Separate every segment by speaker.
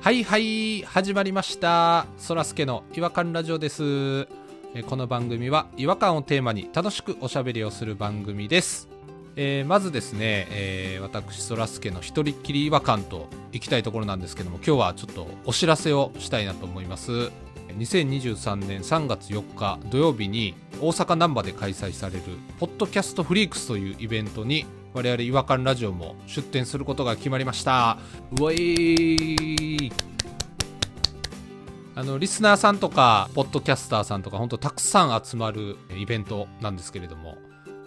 Speaker 1: はいはい始まりましたそらすけの違和感ラジオですえーこの番組は違和感をテーマに楽しくおしゃべりをする番組です、えーまずですね、えー私そらすけの一人っきり違和感といきたいところなんですけども今日はちょっとお知らせをしたいなと思います2023年3月4日土曜日に大阪難波で開催される「ポッドキャストフリークス」というイベントに我々違和感ラジオも出展することが決まりましたうわいあのリスナーさんとかポッドキャスターさんとか本当たくさん集まるイベントなんですけれども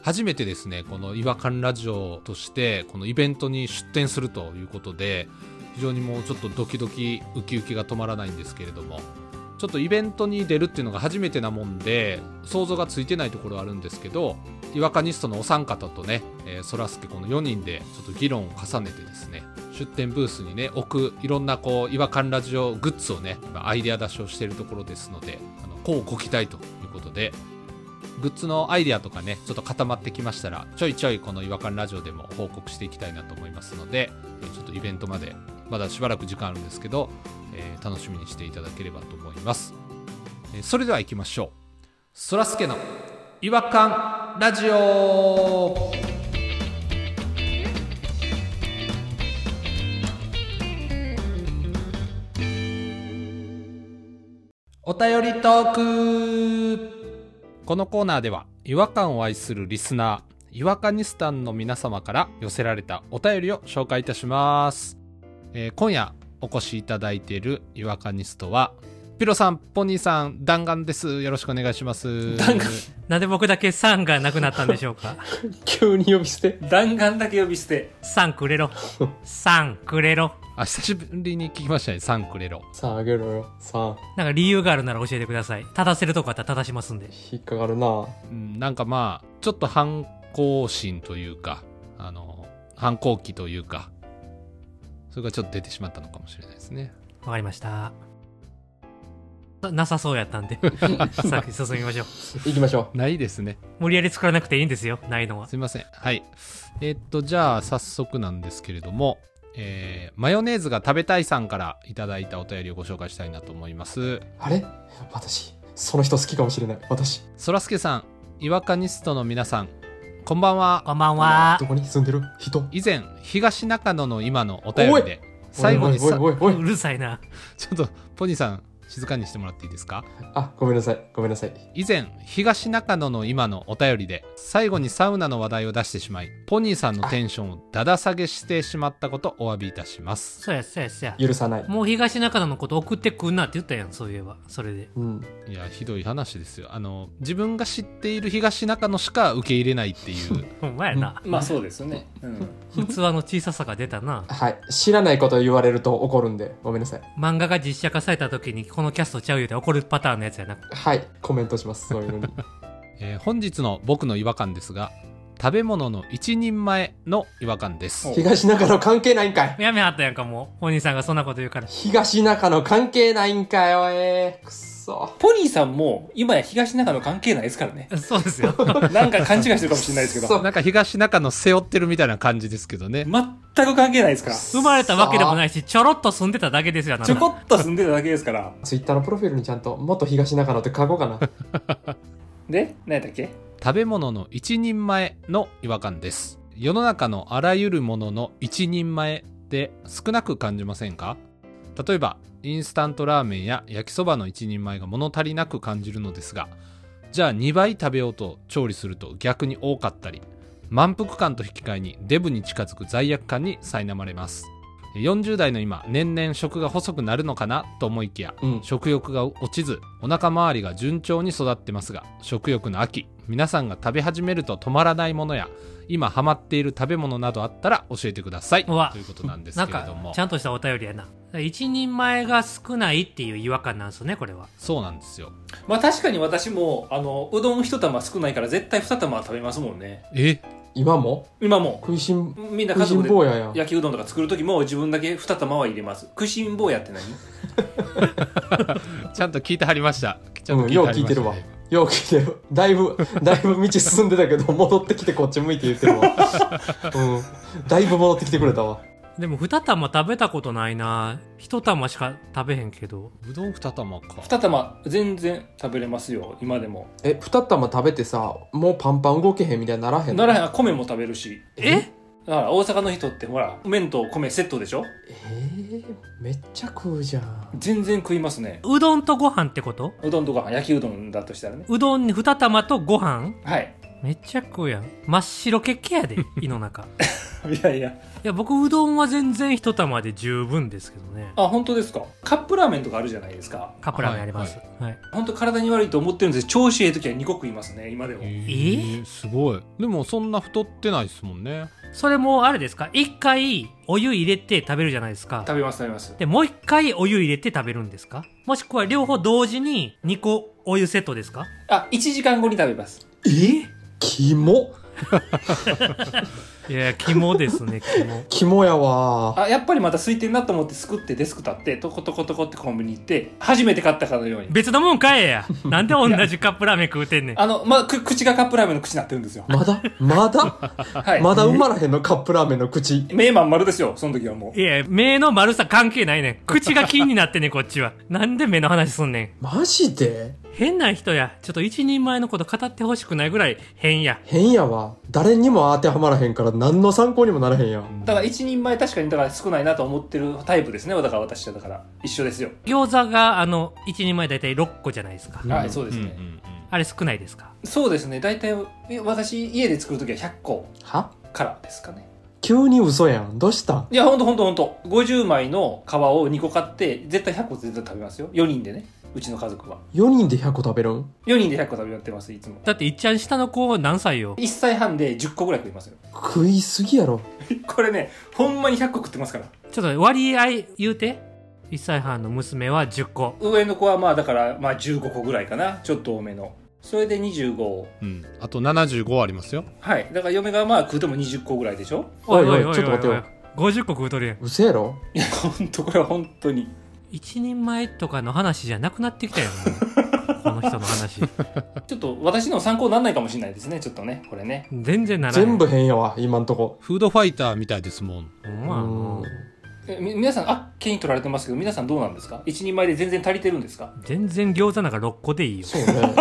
Speaker 1: 初めてですねこの違和感ラジオとしてこのイベントに出展するということで非常にもうちょっとドキドキウキウキが止まらないんですけれどもちょっとイベントに出るっていうのが初めてなもんで想像がついてないところはあるんですけど違和感ニストのお三方とね、えーそらすけこの4人でちょっと議論を重ねてですね出店ブースにね置くいろんなこう違和感ラジオグッズをね今アイデア出しをしているところですのであのこうご期待ということでグッズのアイデアとかねちょっと固まってきましたらちょいちょいこの違和感ラジオでも報告していきたいなと思いますのでえーちょっとイベントまでまだしばらく時間あるんですけど、えー楽しみにしていただければと思います、えーそれでは行きましょうそらすけの違和感ラジオお便りトークこのコーナーでは違和感を愛するリスナー違和感ニスタンの皆様から寄せられたお便りを紹介いたします、えー今夜お越しいただいている違和感ニストはピロさんポニーさん弾丸ですよろしくお願いします
Speaker 2: 弾丸なんで僕だけさんがなくなったんでしょうか
Speaker 3: 急に呼び捨て
Speaker 4: 弾丸だけ呼び捨て
Speaker 2: さんくれろ。さんくれろ。
Speaker 1: あ久しぶりに聞きましたねサンクレロ
Speaker 3: さああげろよさあ
Speaker 2: なんか理由があるなら教えてください。正せるとこあったら正しますんで。
Speaker 3: 引っかかるな
Speaker 1: うんなんかまあちょっと反抗心というかあの反抗期というかそれがちょっと出てしまったのかもしれないですね
Speaker 2: わかりました。ななさそうやったんで。さっき進みましょう。
Speaker 3: 行きましょ
Speaker 1: ないですね
Speaker 2: 無理やり作らなくていいんですよ。ないのは。
Speaker 1: すいませんはいえーっとじゃあ早速なんですけれどもえーマヨネーズが食べたいさんからいただいたお便りをご紹介したいなと思います
Speaker 3: うあれ私その人好きかもしれない私
Speaker 1: そらすけさん違和感ニストの皆さんこんばんは
Speaker 2: こんばんは
Speaker 3: ど。こに住んでる人
Speaker 1: 以前東中野の今のお便りで最後にさ
Speaker 3: おいおいお
Speaker 2: う
Speaker 3: いおい
Speaker 2: るさいな。
Speaker 1: ちょっとポニーさん静かにしてもらっていいですか
Speaker 3: あごめんなさいごめんなさい
Speaker 1: 以前東中野の今のお便りで最後にサウナの話題を出してしまいポニーさんのテンションをだだ下げしてしまったことお詫びいたします
Speaker 2: そうや、そうや、そうや。
Speaker 3: 許さない
Speaker 2: もう東中野のこと送ってくんなって言ったやん、そういえば。それで。
Speaker 3: うん
Speaker 1: いやひどい話ですよあの自分が知っている東中野しか受け入れないっていう
Speaker 2: ほんまやな。
Speaker 4: まあそうですね、うん、
Speaker 2: 器の小ささが出たな。
Speaker 3: はい知らないことを言われると怒るんでごめんなさい
Speaker 2: 漫画が実写化された時にこのキャストちゃうよって怒るパターンのやつやな。
Speaker 3: はいコメントしますそういうの に
Speaker 1: えー本日の僕の違和感ですが食べ物の一人前の違和感です
Speaker 4: お
Speaker 3: 東中野関係ないんかい
Speaker 2: やめはったやんかもう。本人さんがそんなこと言うから。
Speaker 3: 東中野関係ないんかよえー、くっそ
Speaker 4: ポニーさんも今や東中野関係ないですからね
Speaker 2: そうですよ。
Speaker 4: なんか勘違いしてるかもしれないですけ
Speaker 3: そう
Speaker 4: ど
Speaker 1: なんか東中野背負ってるみたいな感じですけどね
Speaker 4: 全く関係ないですから
Speaker 2: 生まれたわけでもないし、ちょろっと住んでただけですよ、あな
Speaker 4: ち
Speaker 2: た
Speaker 4: ょこっと住んでただけですから
Speaker 3: ツイッターのプロフィールにちゃんともっと東中野って書こうかな
Speaker 4: で何やったっけ
Speaker 1: 食べ物の一人前の違和感です世の中のあらゆるものの一人前って少なく感じませんか例えばインスタントラーメンや焼きそばの一人前が物足りなく感じるのですがじゃあ2倍食べようと調理すると逆に多かったり満腹感と引き換えにデブに近づく罪悪感に苛まれます40代の今年々食が細くなるのかなと思いきや
Speaker 3: うん
Speaker 1: 食欲が落ちずお腹周りが順調に育ってますが食欲の秋皆さんが食べ始めると止まらないものや今ハマっている食べ物などあったら教えてくださいう
Speaker 2: わ
Speaker 1: ということなんです
Speaker 2: なん
Speaker 1: けれど
Speaker 2: か
Speaker 1: も、
Speaker 2: ちゃんとしたお便りやな。一人前が少ないっていう違和感なんですよね、これは。
Speaker 1: そうなんですよ
Speaker 4: まあ確かに私もあのうどん一玉少ないから絶対二玉は食べますもんね
Speaker 1: え
Speaker 3: 今も
Speaker 4: 今も
Speaker 3: 食いしん
Speaker 4: みんな
Speaker 3: 食
Speaker 4: 家
Speaker 3: いしん
Speaker 4: 族で
Speaker 3: 坊ややん
Speaker 4: 焼きうどんとか作る時も自分だけ二玉は入れます食いしん坊やって何
Speaker 1: ちゃんと聞いてはりましたちゃん
Speaker 3: う
Speaker 1: と
Speaker 3: ん、
Speaker 1: 聞いて
Speaker 3: よう
Speaker 1: はりましてたね
Speaker 3: 聞いるわ。よう聞いてる。だいぶ、だいぶ道 進んでたけど、戻ってきてこっち向いて言ってるわ。うん。だいぶ戻ってきてくれたわ。
Speaker 2: でも2玉食べたことないな1玉しか食べへんけど
Speaker 1: うどん2玉か
Speaker 4: 二玉全然食べれますよ今でも
Speaker 3: え二玉食べてさもうパンパン動けへんみたいにならへんの
Speaker 4: ならへん米も食べるし
Speaker 2: え
Speaker 4: だから大阪の人ってほら麺と米セットでしょ
Speaker 3: えー、めっちゃ食うじゃん
Speaker 4: 全然食いますね
Speaker 2: うどんとご飯ってこと
Speaker 4: うどんとか焼きうどんだとしたらね
Speaker 2: うどん2玉とご飯
Speaker 4: はい
Speaker 2: めっちゃ食うやん真っ白けっけやで胃の中い
Speaker 4: いやいや
Speaker 2: や僕うどんは全然1玉で十分ですけどね
Speaker 4: あ本当ですかカップラーメンとかあるじゃないですか
Speaker 2: カップラーメンあります、はい
Speaker 4: 本当体に悪いと思ってるんですけど調子ええ時は2個食いますね今でも
Speaker 1: えー、すごいでもそんな太ってないですもんね
Speaker 2: それもあれですか1回お湯入れて食べるじゃないですか
Speaker 4: 食べます食べます
Speaker 2: でもう1回お湯入れて食べるんですかもしくは両方同時に2個お湯セットですか
Speaker 4: あ1時間後に食べます
Speaker 3: えキモ
Speaker 2: いや肝ですね肝
Speaker 3: キモやわ
Speaker 4: あやっぱりまた空いてんなと思ってすくってデスク立ってトコトコトコってコンビニ行って初めて買ったかのように
Speaker 2: 別のもん買えやなんで同じカップラーメン食うてんねん
Speaker 4: あの、まあ、く口がカップラーメンの口になってるんですよ
Speaker 3: まだまだ
Speaker 4: はい
Speaker 3: まだ埋まらへんのカップラーメンの口
Speaker 4: 目まん丸ですよその時はも
Speaker 2: いや目の丸さ関係ないねん口が気になってんねんこっちはなんで目の話すんねん
Speaker 3: マジで
Speaker 2: 変な人やちょっと一人前のこと語ってほしくないぐらい変や
Speaker 3: 変やわ誰にも当てはまらへんから何の参考にもならへんやん
Speaker 4: うだから一人前確かにだから少ないなと思ってるタイプですねだから私はだから一緒ですよ、
Speaker 2: 餃子があの一人前大体6個じゃないですか
Speaker 4: はいそうですね、
Speaker 1: うんうん
Speaker 2: あれ少ないですか
Speaker 4: そうですね大体え私家で作る時は100個
Speaker 3: は
Speaker 4: からですかね
Speaker 3: 急に嘘やんどうしたん
Speaker 4: いやほんとほんとほんと50枚の皮を2個買って絶対100個絶対食べますよ4人でねうちの家族は
Speaker 3: 4人で100個食べるん
Speaker 4: 4人で100個食べてますいつも
Speaker 2: だっていっちゃん下の子何歳よ
Speaker 4: 1歳半で10個ぐらい食いますよ
Speaker 3: 食いすぎやろ
Speaker 4: これねほんまに100個食ってますから
Speaker 2: ちょっと割合言うて1歳半の娘は10個
Speaker 4: 上の子はまあだからまあ15個ぐらいかなちょっと多めのそれで25
Speaker 1: うん、あと75ありますよ
Speaker 4: はいだから嫁がまあ食うても20個ぐらいでしょ
Speaker 3: おいおいちょっと待てよ
Speaker 2: 50個食うとるやん
Speaker 3: 嘘やろ
Speaker 4: いや 本当これは本当に
Speaker 2: 一人前とかの話じゃなくなって きたよもうこの人の話
Speaker 4: ちょっと私の参考にならないかもしれないですねちょっとねこれね
Speaker 2: 全然ならない
Speaker 3: 全部変やわ今んとこ
Speaker 1: フードファイターみたいですもん
Speaker 2: ほんまあもう
Speaker 4: えみ皆さんあっ権威取られてますけど皆さんどうなんですか一人前で全然足りてるんですか
Speaker 2: 全然餃子なんか6個でいいよ
Speaker 3: そう ね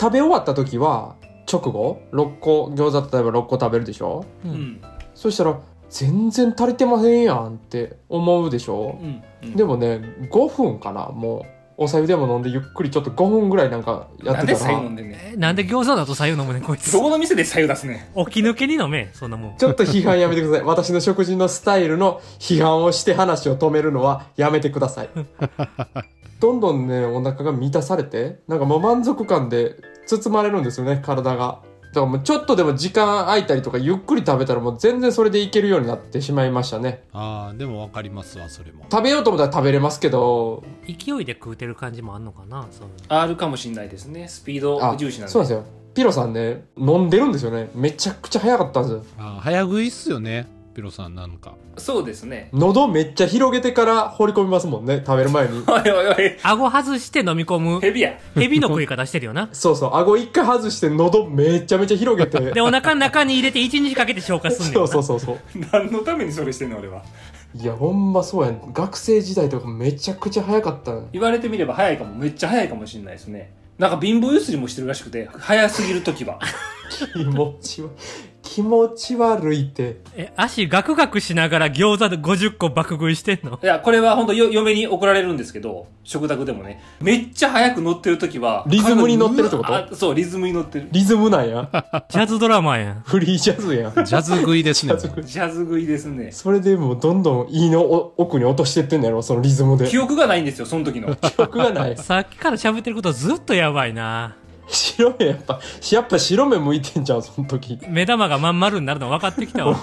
Speaker 3: 食べ終わった時は直後6個餃子例えば6個食べるでしょ
Speaker 2: う、
Speaker 4: うん
Speaker 3: そしたら全然足りてませんやんって思うでしょ
Speaker 4: うん、うん、
Speaker 3: でもね5分かなもうお茶湯でも飲んでゆっくりちょっと5分ぐらいなんかや
Speaker 4: な
Speaker 3: っ
Speaker 4: ん
Speaker 3: て
Speaker 4: で
Speaker 3: た
Speaker 4: 白湯飲
Speaker 3: ら
Speaker 4: んでんね
Speaker 2: えなんで餃子だと左右飲むねんこい
Speaker 4: ん
Speaker 2: つ
Speaker 4: どこの店で白湯出すね
Speaker 2: 起き抜けに飲めそんなもん
Speaker 3: ちょっと批判やめてください私の食事のスタイルの批判をして話を止めるのはやめてくださいどんどんねお腹が満たされてなんかもう満足感で包まれるんですよね体がだからもうちょっとでも時間空いたりとかゆっくり食べたらもう全然それでいけるようになってしまいましたね
Speaker 1: ああでも分かりますわそれも
Speaker 3: 食べようと思ったら食べれますけど
Speaker 2: 勢いで食うてる感じもあんのかなそういうの
Speaker 4: あるかもしれないですねスピード
Speaker 3: あ
Speaker 4: 重視なんで
Speaker 3: そうなんですよピロさんね飲んでるんですよねめちゃくちゃ早かったんですよ
Speaker 1: あー早食いっすよねピロさんなんか
Speaker 4: そうですね
Speaker 3: 喉めっちゃ広げてから放り込みますもんね食べる前に
Speaker 4: おいおいおい
Speaker 2: 顎外して飲み込む
Speaker 4: ヘビや
Speaker 2: ヘビの食い方してるよな
Speaker 3: そうそう顎一回外して喉めちゃめちゃ広げ て
Speaker 2: でお腹の中に入れて1日かけて消化すんねん
Speaker 3: そうそうそうそう
Speaker 4: 何のためにそれしてんの俺はい
Speaker 3: やほんまそうやん学生時代とかめちゃくちゃ早かったん
Speaker 4: 言われてみれば早いかもめっちゃ早いかもしれないですねなんか貧乏ゆすりもしてるらしくて早すぎる時 は
Speaker 3: 気持ちは気持ち悪いって
Speaker 2: え足ガクガクしながら餃子で50個爆食いしてんの
Speaker 4: いやこれは本当よ嫁に怒られるんですけど食卓でもねめっちゃ早く乗ってる時は
Speaker 3: リズムに乗ってるってこと
Speaker 4: 彼女うわあそうリズムに乗ってる
Speaker 3: リズムなんや
Speaker 2: ジャズドラマやん
Speaker 3: フリージャズやん
Speaker 1: ジャズ食いですね
Speaker 3: ジャズ食
Speaker 4: ジャズ食いですね
Speaker 3: それでもうどんどん胃のお奥に落としてってんのやろそのリズムで
Speaker 4: 記憶がないんですよその時 の
Speaker 3: 憶がない
Speaker 2: さっきから喋ってることずっとやばいな
Speaker 3: 白目やっぱやっぱ白目向いてんじゃんその時
Speaker 2: 目玉がまん丸になるの分かってき たわ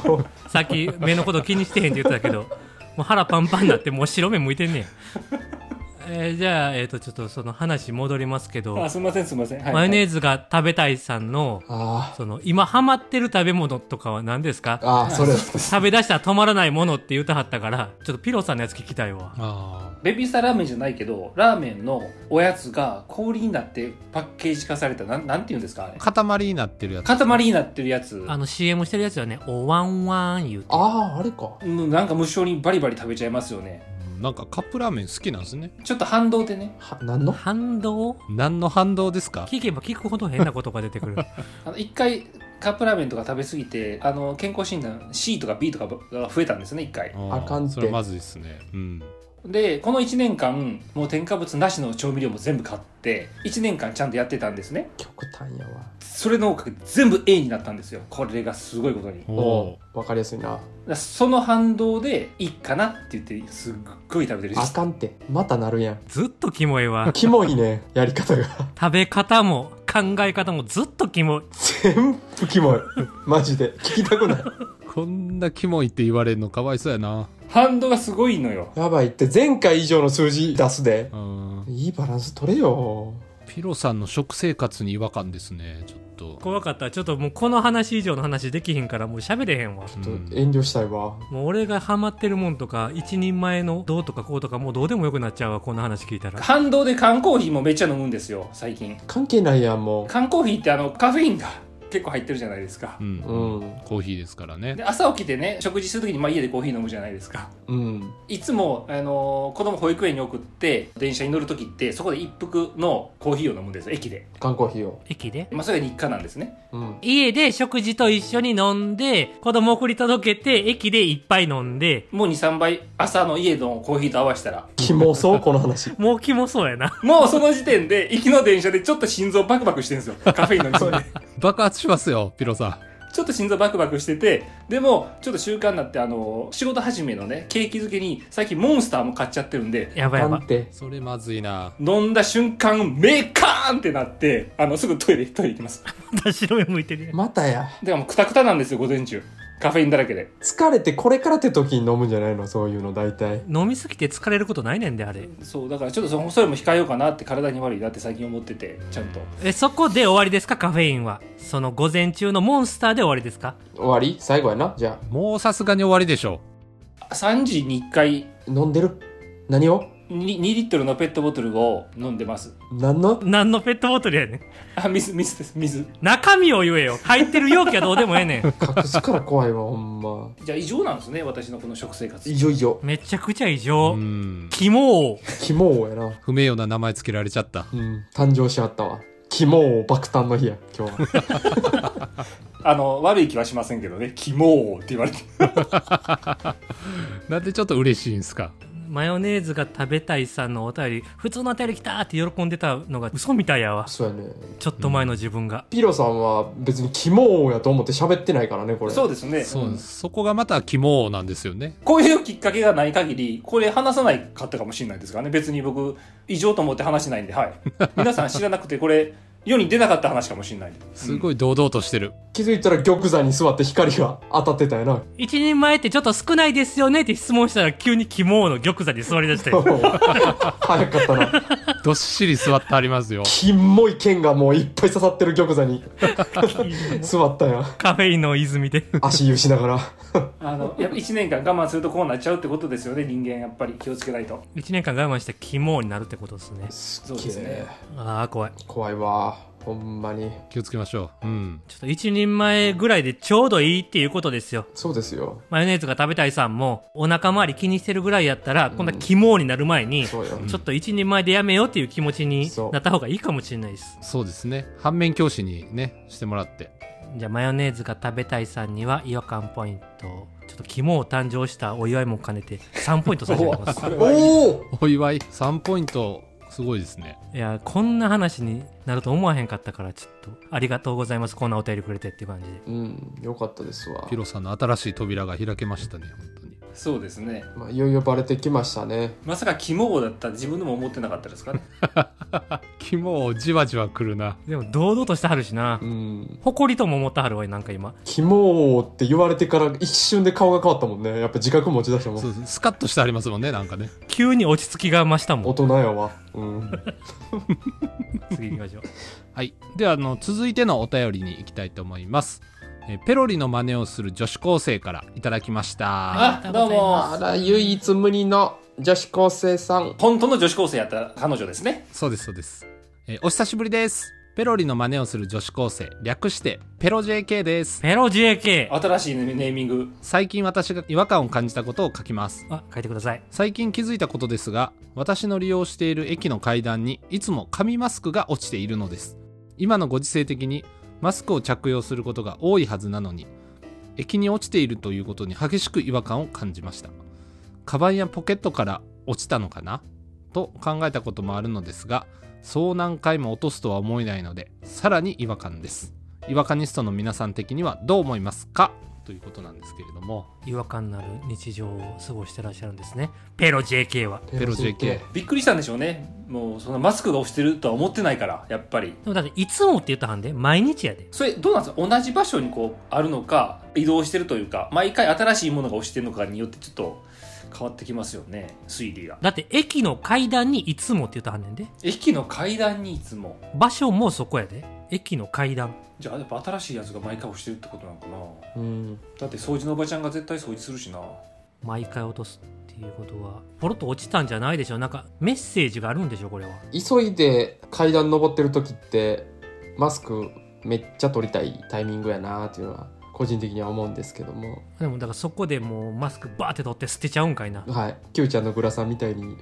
Speaker 2: さっき目のこと気にしてへんって言ってたけどもう腹パンパンになってもう白目向いてんねんえーじゃあ、えっ、と、ちょっとその話戻りますけど、
Speaker 4: あ、すみません、すみません。はい
Speaker 2: マヨネーズが食べたいさんの、
Speaker 3: あ
Speaker 2: その、今ハマってる食べ物とかは何ですか
Speaker 3: あ、ああ、それ。
Speaker 2: 食べ出したら止まらないものって言うたはったから、ちょっとピロさんのやつ聞きたいわ。
Speaker 1: あ
Speaker 4: ベビースターラーメンじゃないけど、ラーメンのおやつが氷になってパッケージ化された、なん、なんていうんですか、あれ。
Speaker 1: あ塊になってるやつ
Speaker 4: 塊になってるやつ。
Speaker 2: あの CM してるやつはね、おわんわん言うて。
Speaker 3: ああ、あれか。
Speaker 4: うんなんか無性にバリバリ食べちゃいますよね。
Speaker 1: うんなんかカップラーメン好きなんですね
Speaker 4: ちょっと反動でね。
Speaker 3: は、なんの
Speaker 2: 反動
Speaker 1: 何の反動ですか
Speaker 2: 聞けば聞くほど変なことが出てくる。
Speaker 4: あの一回カップラーメンとか食べ過ぎて、あの、健康診断 C とか B とかが増えたんですね、一回。
Speaker 1: ー
Speaker 3: あかんて
Speaker 1: それまずいですねうん
Speaker 4: で、この1年間、もう添加物なしの調味料も全部買って、1年間ちゃんとやってたんですね。
Speaker 3: 極端やわ。
Speaker 4: それのおかげで全部 A になったんですよ。これがすごいことに。だか
Speaker 1: お
Speaker 3: お
Speaker 1: お
Speaker 3: わかりやすいな。
Speaker 4: らその反動で、いいかなって言って、すっごい食べてる
Speaker 3: あかんって。またなるやん。
Speaker 2: ずっとキモいわ。
Speaker 3: キモいね、やり方が。
Speaker 2: 食べ方も考え方もずっとキモい。
Speaker 3: 全部キモい。マジで。聞きたくない。
Speaker 1: こんなキモいって言われるのかわいそうやな
Speaker 4: 反動がすごいのよ。
Speaker 3: やばいって、前回以上の数字出すで。
Speaker 1: うん
Speaker 3: いいバランス取れよ。
Speaker 1: ピロさんの食生活に違和感ですねちょっと
Speaker 2: 怖かった。ちょっともうこの話以上の話できへんからもう喋れへん
Speaker 1: う
Speaker 2: わ。
Speaker 1: ん
Speaker 3: ちょっと遠慮したいわ。
Speaker 2: もう俺がハマってるもんとか、一人前のどうとかこうとかもうどうでもよくなっちゃうわ、こんな話聞いたら。
Speaker 4: 反動で缶コーヒーもめっちゃ飲むんですよ、最近。
Speaker 3: 関係ないやん、も
Speaker 4: 缶コーヒーってあの、カフェインが 結構入ってるじゃないですか
Speaker 1: う。ん
Speaker 3: う。うん。
Speaker 1: コーヒーですからね
Speaker 4: で朝起きてね食事する時に、まあ、家でコーヒー飲むじゃないですか
Speaker 3: うん。
Speaker 4: いつも、あのー子供保育園に送って電車に乗る時ってそこで一服のコーヒーを飲むんですよ駅で、
Speaker 3: 缶コーヒーを。
Speaker 2: 駅で
Speaker 4: まあ、それが日課なんですね
Speaker 3: うん。
Speaker 2: 家で食事と一緒に飲んで、子供送り届けて、駅で一杯飲んで、
Speaker 4: もう23杯朝の家のコーヒーと合わせたら
Speaker 3: キモ そう、この話。
Speaker 2: もうキモそうやな。
Speaker 4: もうその時点で行きの電車でちょっと心臓バクバクしてるんですよカフェイン飲 みそうで
Speaker 1: 爆発しますよピロさ
Speaker 4: ちょっと心臓バクバクしててでもちょっと習慣になって、あのー仕事始めのね景気づけに最近モンスターも買っちゃってるんで
Speaker 2: やばいや
Speaker 3: な
Speaker 2: ば
Speaker 3: ん。て
Speaker 1: ん。それまずいな
Speaker 4: 飲んだ瞬間メーカーンってなってあのすぐトイレトイレ行きます
Speaker 2: 私の目向いてるやん。
Speaker 3: またや。
Speaker 4: でもうクタクタなんですよ午前中カフェインだらけで
Speaker 3: 疲れてこれからって時に飲むんじゃないのそういうの大体。
Speaker 2: 飲みすぎて疲れることないねんで、あれ。
Speaker 4: そうだからちょっとそのそれも控えようかなって体に悪いなって最近思っててちゃんと
Speaker 2: え、そこで終わりですか、カフェインは。その午前中のモンスターで終わりですか
Speaker 3: 終わり最後やなじゃ
Speaker 1: もうさすがに終わりでしょ
Speaker 4: 3時に1回
Speaker 3: あ。飲んでる何を
Speaker 4: に 2, リットルのペットボトルを飲んでます
Speaker 3: 何の
Speaker 2: 何のペットボトルやねん。
Speaker 4: あ水水です水
Speaker 2: 中身を言えよ。入ってる容器はどうでもええね ん。
Speaker 3: 隠すから怖いわ、ほんま。
Speaker 4: じゃあ異常なんですね私のこの食生活
Speaker 3: いよいよ。
Speaker 2: めちゃくちゃ異
Speaker 1: う
Speaker 2: 常。
Speaker 1: うん
Speaker 2: キモー
Speaker 3: キモ王やな。
Speaker 1: 不名誉な名前つけられちゃった
Speaker 3: うん。誕生しはったわ。キモ王爆誕の日や、今日 は。
Speaker 4: あの悪い気はしませんけどね「キモー」って言われて
Speaker 1: なんでちょっと嬉しいんすか
Speaker 2: マヨネーズが食べたいさんのお便り、普通のお便り来たーって喜んでたのが嘘みたいやわ。
Speaker 3: そうやね。
Speaker 2: ちょっと前の自分が。
Speaker 3: ピロさんは別にキモ王やと思って喋ってないからね、これ。
Speaker 4: そう
Speaker 3: う
Speaker 4: ですね
Speaker 1: そうですそこがまた肝なんですよね
Speaker 4: こういうきっかけがない限りこれ話さないかったかもしれないですからね別に僕異常と思って話しないんではい 皆さん知らなくてこれ世に出なかった話かもしれない
Speaker 1: すごい堂々としてる、
Speaker 3: 気づいたら玉座に座って光が当たってたやな。
Speaker 2: 一人前ってちょっと少ないですよねって質問したら急にキモーの玉座に座り出して。
Speaker 3: 早かったな。
Speaker 1: どっしり座ってありますよ
Speaker 3: キモい剣がもういっぱい刺さってる玉 座に座ったやん。
Speaker 2: カフェインの泉で。
Speaker 3: 足湯しながら。
Speaker 4: あのやっぱ1年間我慢するとこうなっちゃうってことですよね人間やっぱり気をつけないと
Speaker 2: 一年間我慢してキモーになるってことですね。
Speaker 3: す
Speaker 4: そうですね
Speaker 2: ああ、怖い。
Speaker 3: 怖いわほんまに
Speaker 1: 気をつけましょううん
Speaker 2: ちょっと一人前ぐらいでちょうどいいっていうことですよ。
Speaker 3: そうですよ
Speaker 2: マヨネーズが食べたいさんも、お腹周り気にしてるぐらいやったら、こんなキモーになる前に、
Speaker 3: そうよ
Speaker 2: ちょっと一人前でやめようっていう気持ちに
Speaker 3: そう
Speaker 2: なった方がいいかもしれないです。
Speaker 1: そうですね反面教師にねしてもらって
Speaker 2: じゃあ、マヨネーズが食べたいさんには違和感ポイント。ちょっと肝を誕生したお祝いも兼ねて3ポイント差し上げ ます。
Speaker 4: これはいい
Speaker 3: おお
Speaker 1: お祝い3ポイントすごいですね
Speaker 2: いや、こんな話になると思わへんかったから、ちょっとありがとうございます。こんなお便りくれてっていう感じで。
Speaker 3: うんよかったですわ
Speaker 1: ピロさんの新しい扉が開けましたね本当に
Speaker 4: そうですね
Speaker 3: まあ、いよいよバレてきましたね
Speaker 4: まさか肝だったら自分でも思ってなかったですかね
Speaker 1: 肝肝をじわじわくるな。
Speaker 2: でも堂々としてはるしな
Speaker 3: うん。
Speaker 2: 誇りとも思ったはるわいなんか今
Speaker 3: 肝をって言われてから一瞬で顔が変わったもんね。やっぱ自覚持ち出したも
Speaker 1: そ
Speaker 3: ん。
Speaker 1: うそうスカッとしてありますもんね、なんかね。
Speaker 2: 急に落ち着きが増したも
Speaker 3: 大
Speaker 2: ん
Speaker 3: 人やわ。うん。
Speaker 2: 次行きましょう
Speaker 1: はい。では、あの、続いてのお便りに行きたいと思います。えーペロリの真似をする女子高生からいただきました。
Speaker 4: あどうも
Speaker 3: ら、唯一無二の女子高生さん。
Speaker 4: 本当の女子高生やった彼女ですね
Speaker 1: そうです、そうです。えーお久しぶりです。ペロリの真似をする女子高生、略して、ペロ JK です。
Speaker 2: ペロ JK
Speaker 4: 新しいネーミング
Speaker 1: 最近私が違和感を感じたことを書きます。
Speaker 2: あ書いてください
Speaker 1: 最近気づいたことですが私の利用している駅の階段にいつも紙マスクが落ちているのです今のご時世的にマスクを着用することが多いはずなのに駅に落ちているということに激しく違和感を感じましたカバンやポケットから落ちたのかなと考えたこともあるのですがそう何回も落とすとは思えないのでさらに違和感です違和感ニストの皆さん的にはどう思いますかということなんですけれども
Speaker 2: 違和感のある日常を過ごしてらっしゃるんですねペロ JK は
Speaker 1: ペロ JK
Speaker 4: びっくりしたんでしょうねもうそのマスクが落ちてるとは思ってないからやっぱり
Speaker 2: でもだっていつもって言ったはんで毎日やで
Speaker 4: それどうなんですか同じ場所にこうあるのか移動してるというか毎回新しいものが落ちてるのかによってちょっと変わってきますよね推理が
Speaker 2: だって駅の階段にいつもって言ったはんねんで
Speaker 4: 駅の階段にいつも
Speaker 2: 場所もそこやで駅の階段
Speaker 4: じゃあやっぱ新しいやつが毎回落ちてるってことなのかな
Speaker 3: うん。
Speaker 4: だって掃除のおばちゃんが絶対掃除するしな
Speaker 2: 毎回落とすっていうことはポロッと落ちたんじゃないでしょなんかメッセージがあるんでしょこれは
Speaker 3: 急いで階段登ってる時って、マスクめっちゃ取りたいタイミングやなっていうのは、個人的には思うんですけども。
Speaker 2: でもだからそこでもうマスクバーって取って捨てちゃうんかいな
Speaker 3: はい。キューちゃんのグラさんみたいに。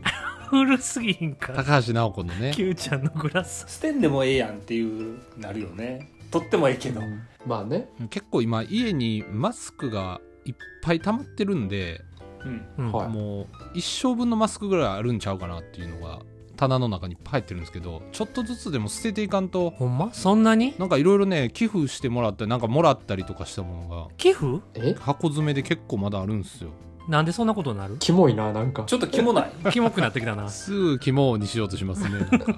Speaker 2: 古すぎひんか
Speaker 1: 高橋尚子のね
Speaker 2: Q ちゃんのグラス
Speaker 4: 捨てんでもええやんっていうなるよね取ってもええけど、
Speaker 3: まあね。
Speaker 1: 結構今家にマスクがいっぱい溜まってるんで、
Speaker 4: うん、
Speaker 2: うん
Speaker 3: はい
Speaker 1: もう一生分のマスクぐらいあるんちゃうかなっていうのが棚の中にいっぱい入ってるんですけどちょっとずつでも捨てていかんと
Speaker 2: ほんまそんなに
Speaker 1: なんかいろいろね寄付してもらったりなんかもらったりとかしたもの
Speaker 2: 寄付
Speaker 3: え
Speaker 1: が箱詰めで結構まだあるんですよ
Speaker 2: なんでそんなことになる
Speaker 3: キモいな、なんか。
Speaker 4: ちょっとキモ ない
Speaker 2: キモくなってき たな
Speaker 1: すぐ肝にしようとしますねなんか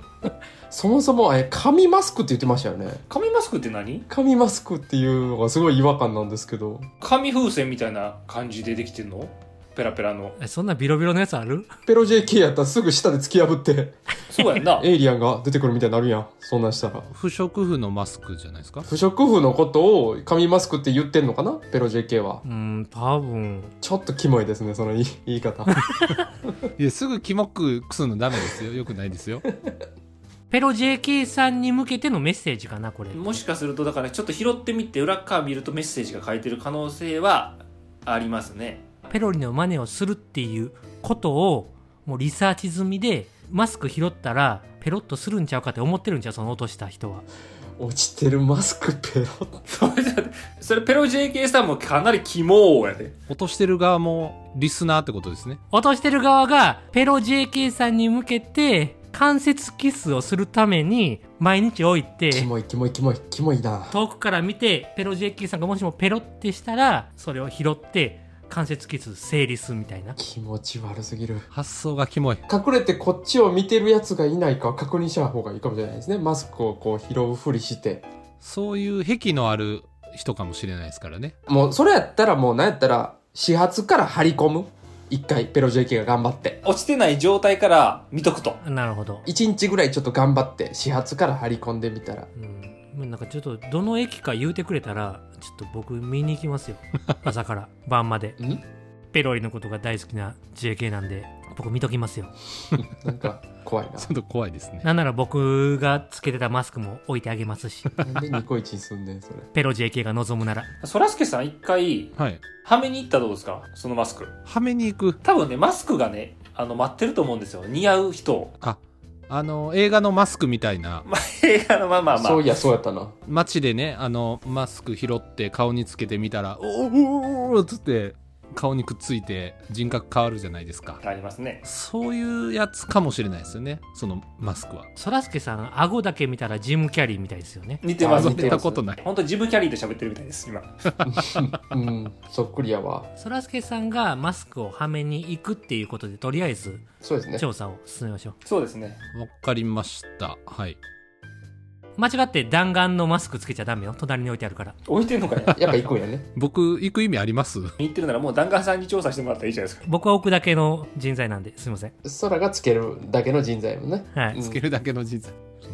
Speaker 3: そもそも、え、紙マスクって言ってましたよね。
Speaker 4: 紙マスクって何
Speaker 3: 紙マスクっていうのがすごい違和感なんですけど。
Speaker 4: 紙風船みたいな感じでできてんのペラペラの
Speaker 2: えそんなビロビロのやつある
Speaker 3: ペロ JK やったらすぐ舌で突き破って、
Speaker 4: そうやんな
Speaker 3: エイリアンが出てくるみたいになるやん。そんなんしたら。
Speaker 1: 不織布のマスクじゃないですか
Speaker 3: 不織布のことを紙マスクって言ってんのかなペロ JK は
Speaker 2: う。ん多分
Speaker 3: ちょっとキモいですね、その言い言い方。
Speaker 1: いやすぐ肝くくすのダメですよよくないですよ
Speaker 2: ペロ JK さんに向けてのメッセージかなこれ
Speaker 4: もしかするとだからちょっと拾ってみて裏っ側見るとメッセージが書いてる可能性はありますね
Speaker 2: ペロリの真似をするっていうことをもうリサーチ済みでマスク拾ったらペロッとするんちゃうかって思ってるんちゃうその落とした人は
Speaker 3: 落ちてるマスクペロ
Speaker 4: それじゃそれペロ JK さんもかなりキモーやで
Speaker 1: 落としてる側もリスナーってことですね
Speaker 2: 落としてる側がペロ JK さんに向けて関節キスをするために毎日置いて
Speaker 3: キモいキモいキモいキモいな。
Speaker 2: 遠くから見てペロ JK さんがもしもペロってしたらそれを拾って関節キス成立みたいな
Speaker 3: 気持ち悪すぎる。
Speaker 1: 発想がキモい
Speaker 3: 隠れてこっちを見てるやつがいないか確認した方がいいかもしれないですね。マスクをこう拾うふりして。
Speaker 1: そういう癖のある人かもしれないですからね
Speaker 3: もうそれやったらもうなんやったら始発から張り込む。一回ペロ JK が頑張って。
Speaker 4: 落ちてない状態から見とくと
Speaker 2: なるほど
Speaker 3: 一日ぐらいちょっと頑張って始発から張り込んでみたら。
Speaker 2: うん、なんかちょっとどの駅か言うてくれたらちょっと僕見に行きますよ朝から晩まで
Speaker 3: ん
Speaker 2: ペロリのことが大好きな JK なんで僕見ときますよ
Speaker 3: なんか怖い
Speaker 1: ちょっと怖いですね
Speaker 2: なんなら僕がつけてたマスクも置いてあげますし
Speaker 3: な。なんでニコイチに住んでんそれ。
Speaker 2: ペロ JK が望むなら
Speaker 4: そらすけさん一回
Speaker 1: はい
Speaker 4: はめに行ったらどうですかそのマスク
Speaker 1: はめに行く
Speaker 4: 多分ねマスクがねあの待ってると思うんですよ似合う人を
Speaker 1: ああの映画のマスクみたいな
Speaker 4: 映画の まあまあまあ
Speaker 3: そういやそうやったな。
Speaker 1: 街でねあのマスク拾って顔につけてみたら「おーおーおーおーおーっつって顔にくっついて人格変わるじゃないですか
Speaker 4: ありますね
Speaker 1: そういうやつかもしれないですよねそのマスクは
Speaker 2: そらすけさん顎だけ見たらジム・キャリーみたいですよね
Speaker 4: 似てます
Speaker 1: あ
Speaker 4: 似
Speaker 1: 見
Speaker 4: て
Speaker 1: た
Speaker 4: ます
Speaker 1: ことない
Speaker 4: 本当ジムキャリーと喋ってるみたいです今
Speaker 3: うん、そっくりやわ。
Speaker 2: そらすけさんがマスクをはめに行くっていうことでとりあえず
Speaker 3: そうですね。
Speaker 2: 調査を進めましょう
Speaker 4: そうですね
Speaker 1: わかりましたはい
Speaker 2: 間違って弾丸のマスクつけちゃダメよ隣に置いてあるから
Speaker 4: 置いてんのかよ
Speaker 3: やっぱ行くんやね。
Speaker 1: 僕行く意味あります
Speaker 4: 言ってるならもう弾丸さんに調査してもらったらいいじゃないですか
Speaker 2: 僕は置くだけの人材なんですいません
Speaker 3: 空がつけるだけの人材もね。
Speaker 2: はい、
Speaker 3: うん
Speaker 1: つけるだけの人材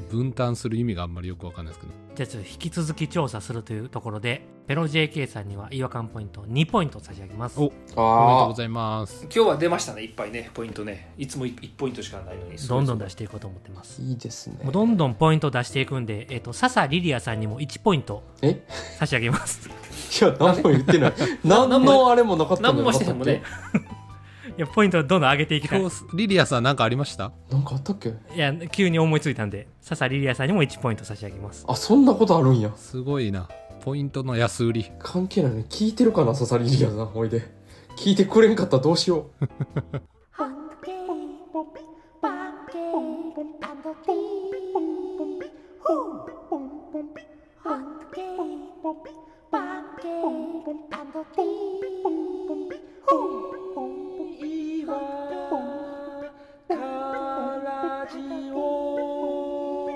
Speaker 1: 分担する意味があんまりよくわかんないですけど
Speaker 2: じゃあちょっと引き続き調査するというところでペロ JK さんには違和感ポイント2ポイント差し上げます
Speaker 1: おおめでとう
Speaker 3: あ
Speaker 1: ございます
Speaker 4: 今日は出ましたねいっぱいねポイントねいつも 1, ポイントしかないのに
Speaker 2: どんどん
Speaker 4: だ
Speaker 2: 出していこうと思ってます
Speaker 3: あ、いいですね
Speaker 2: もう。どんどんポイント出していくんで、えっと笹リリアさんにも1ポイント
Speaker 3: えい
Speaker 2: 差し上げます
Speaker 3: や、何も言ってない。何のあれもなかった
Speaker 4: 何
Speaker 3: の
Speaker 4: もしてへんもんね。
Speaker 2: いやポイントどんどん上げていきたい
Speaker 1: 今日リリアさん何かありました
Speaker 3: なんかあったっけ
Speaker 2: いや急に思いついたんで笹リリアさんにも1ポイント差し上げます
Speaker 3: あ、そんなことあるんや。
Speaker 1: すごいなポイントの安売り
Speaker 3: 関係ないね。聞いてるかな、ササリリアさん、おいで。聞いてくれんかったらどうしよう。
Speaker 5: Hunky,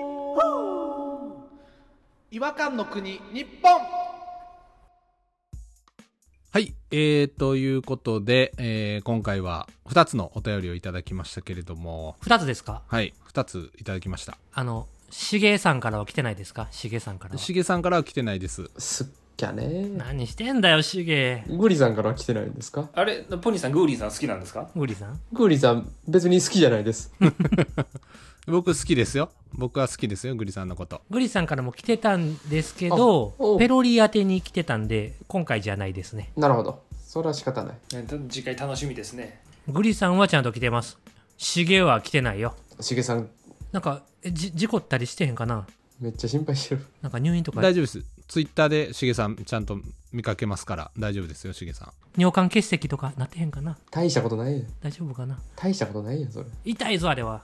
Speaker 6: 違和感の国日本
Speaker 1: はい、えー、ということで、えー今回は2つのお便りをいただきましたけれども
Speaker 2: 2つですか
Speaker 1: はい2ついただきました
Speaker 2: あのしげさんからは来てないですかしげさんからは
Speaker 1: しげさんからは来てないです
Speaker 3: すっきゃね。
Speaker 2: 何してんだよしげ
Speaker 3: グリさんから来てないんですか
Speaker 4: あれポニーさんグーリーさん好きなんですか
Speaker 2: ウリさん
Speaker 3: グリさん、別に好きじゃないです。
Speaker 1: 僕好きですよ僕は好きですよグリさんのこと
Speaker 2: グリさんからも来てたんですけど
Speaker 3: あおう
Speaker 2: ペロリ宛てに来てたんで今回じゃないですね
Speaker 3: なるほど。それは仕方ない。
Speaker 4: ね次回楽しみですね
Speaker 2: グリさんはちゃんと来てますしげは来てないよ
Speaker 3: しげさん、
Speaker 2: なんかえじ事故ったりしてへんかな
Speaker 3: めっちゃ心配してる。
Speaker 2: なんか入院とか
Speaker 1: 大丈夫ですツイッターでしげさんちゃんと見かけますから大丈夫ですよしげさん
Speaker 2: 尿管結石とかなってへんかな
Speaker 3: 大したことないやん。
Speaker 2: 大丈夫かな
Speaker 3: 大したことないやん、それ。
Speaker 2: 痛いぞあれは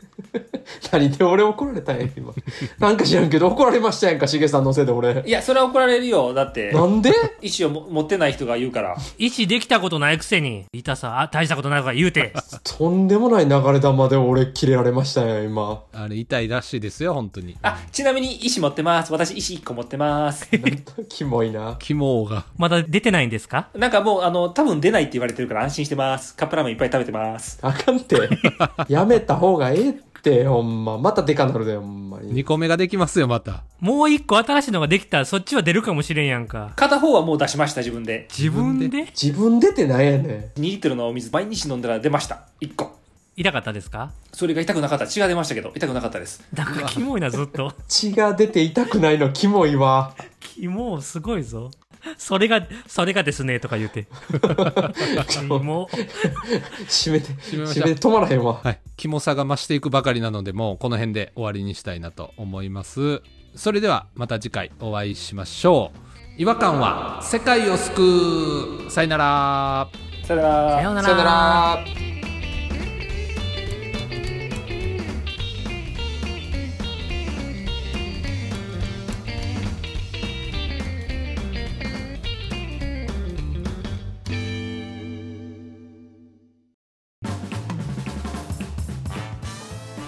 Speaker 3: 何で俺怒られたんや、今。 なんか知らんけど怒られましたやんか、しげさんのせいで俺。
Speaker 4: いやそれは怒られるよだって
Speaker 3: なんで
Speaker 4: 意思をも持ってない人が言うから
Speaker 2: 医師できたことないくせに痛さあ大したことないから言う て
Speaker 3: とんでもない流れ玉で俺切れられましたやん、今。
Speaker 1: あれ痛いらしいですよ本当に
Speaker 4: あちなみに意思持ってます私意思1個持ってます
Speaker 3: キモいな。
Speaker 1: 肝が
Speaker 2: まだ出てないんですか
Speaker 4: なんかもうあの多分出ないって言われてるから安心してますカップラーメンいっぱい食べてます
Speaker 3: あかんて。やめた方がええって、ほんま。またデカなるで、ほんまに
Speaker 1: 2。個目ができますよまた
Speaker 2: もう一個新しいのができたらそっちは出るかもしれんやんか
Speaker 4: 片方はもう出しました自分で
Speaker 2: 自分で
Speaker 3: 自分出てないやね
Speaker 4: 2リットルのお水毎日飲んだら出ました1個
Speaker 2: 痛かったですか
Speaker 4: それが痛くなかった血が出ましたけど痛くなかったです
Speaker 2: なんかキモいなずっと
Speaker 3: ん。血が出て痛くないの、キモいわ。
Speaker 2: キモすごいぞそれがそれがですねとか言う てキモ
Speaker 3: 閉めて、
Speaker 1: めまし
Speaker 3: 閉
Speaker 1: ょう
Speaker 3: めて、止まらへんわ。
Speaker 1: はい、キモさが増していくばかりなのでもうこの辺で終わりにしたいなと思いますそれではまた次回お会いしましょう違和感は世界を救うさよなら
Speaker 4: さよなら
Speaker 2: さような
Speaker 3: さよな
Speaker 2: ら
Speaker 3: ら。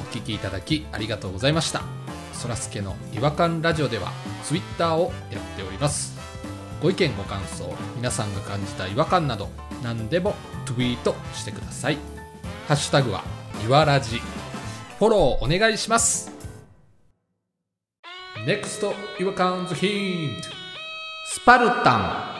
Speaker 1: お聞きいただきありがとうございましたそらすけの違和感ラジオではツイッターをやっておりますご意見ご感想皆さんが感じた違和感など何でもツイートしてくださいハッシュタグはいわらじフォローお願いします NEXT 違和感ズヒントスパルタン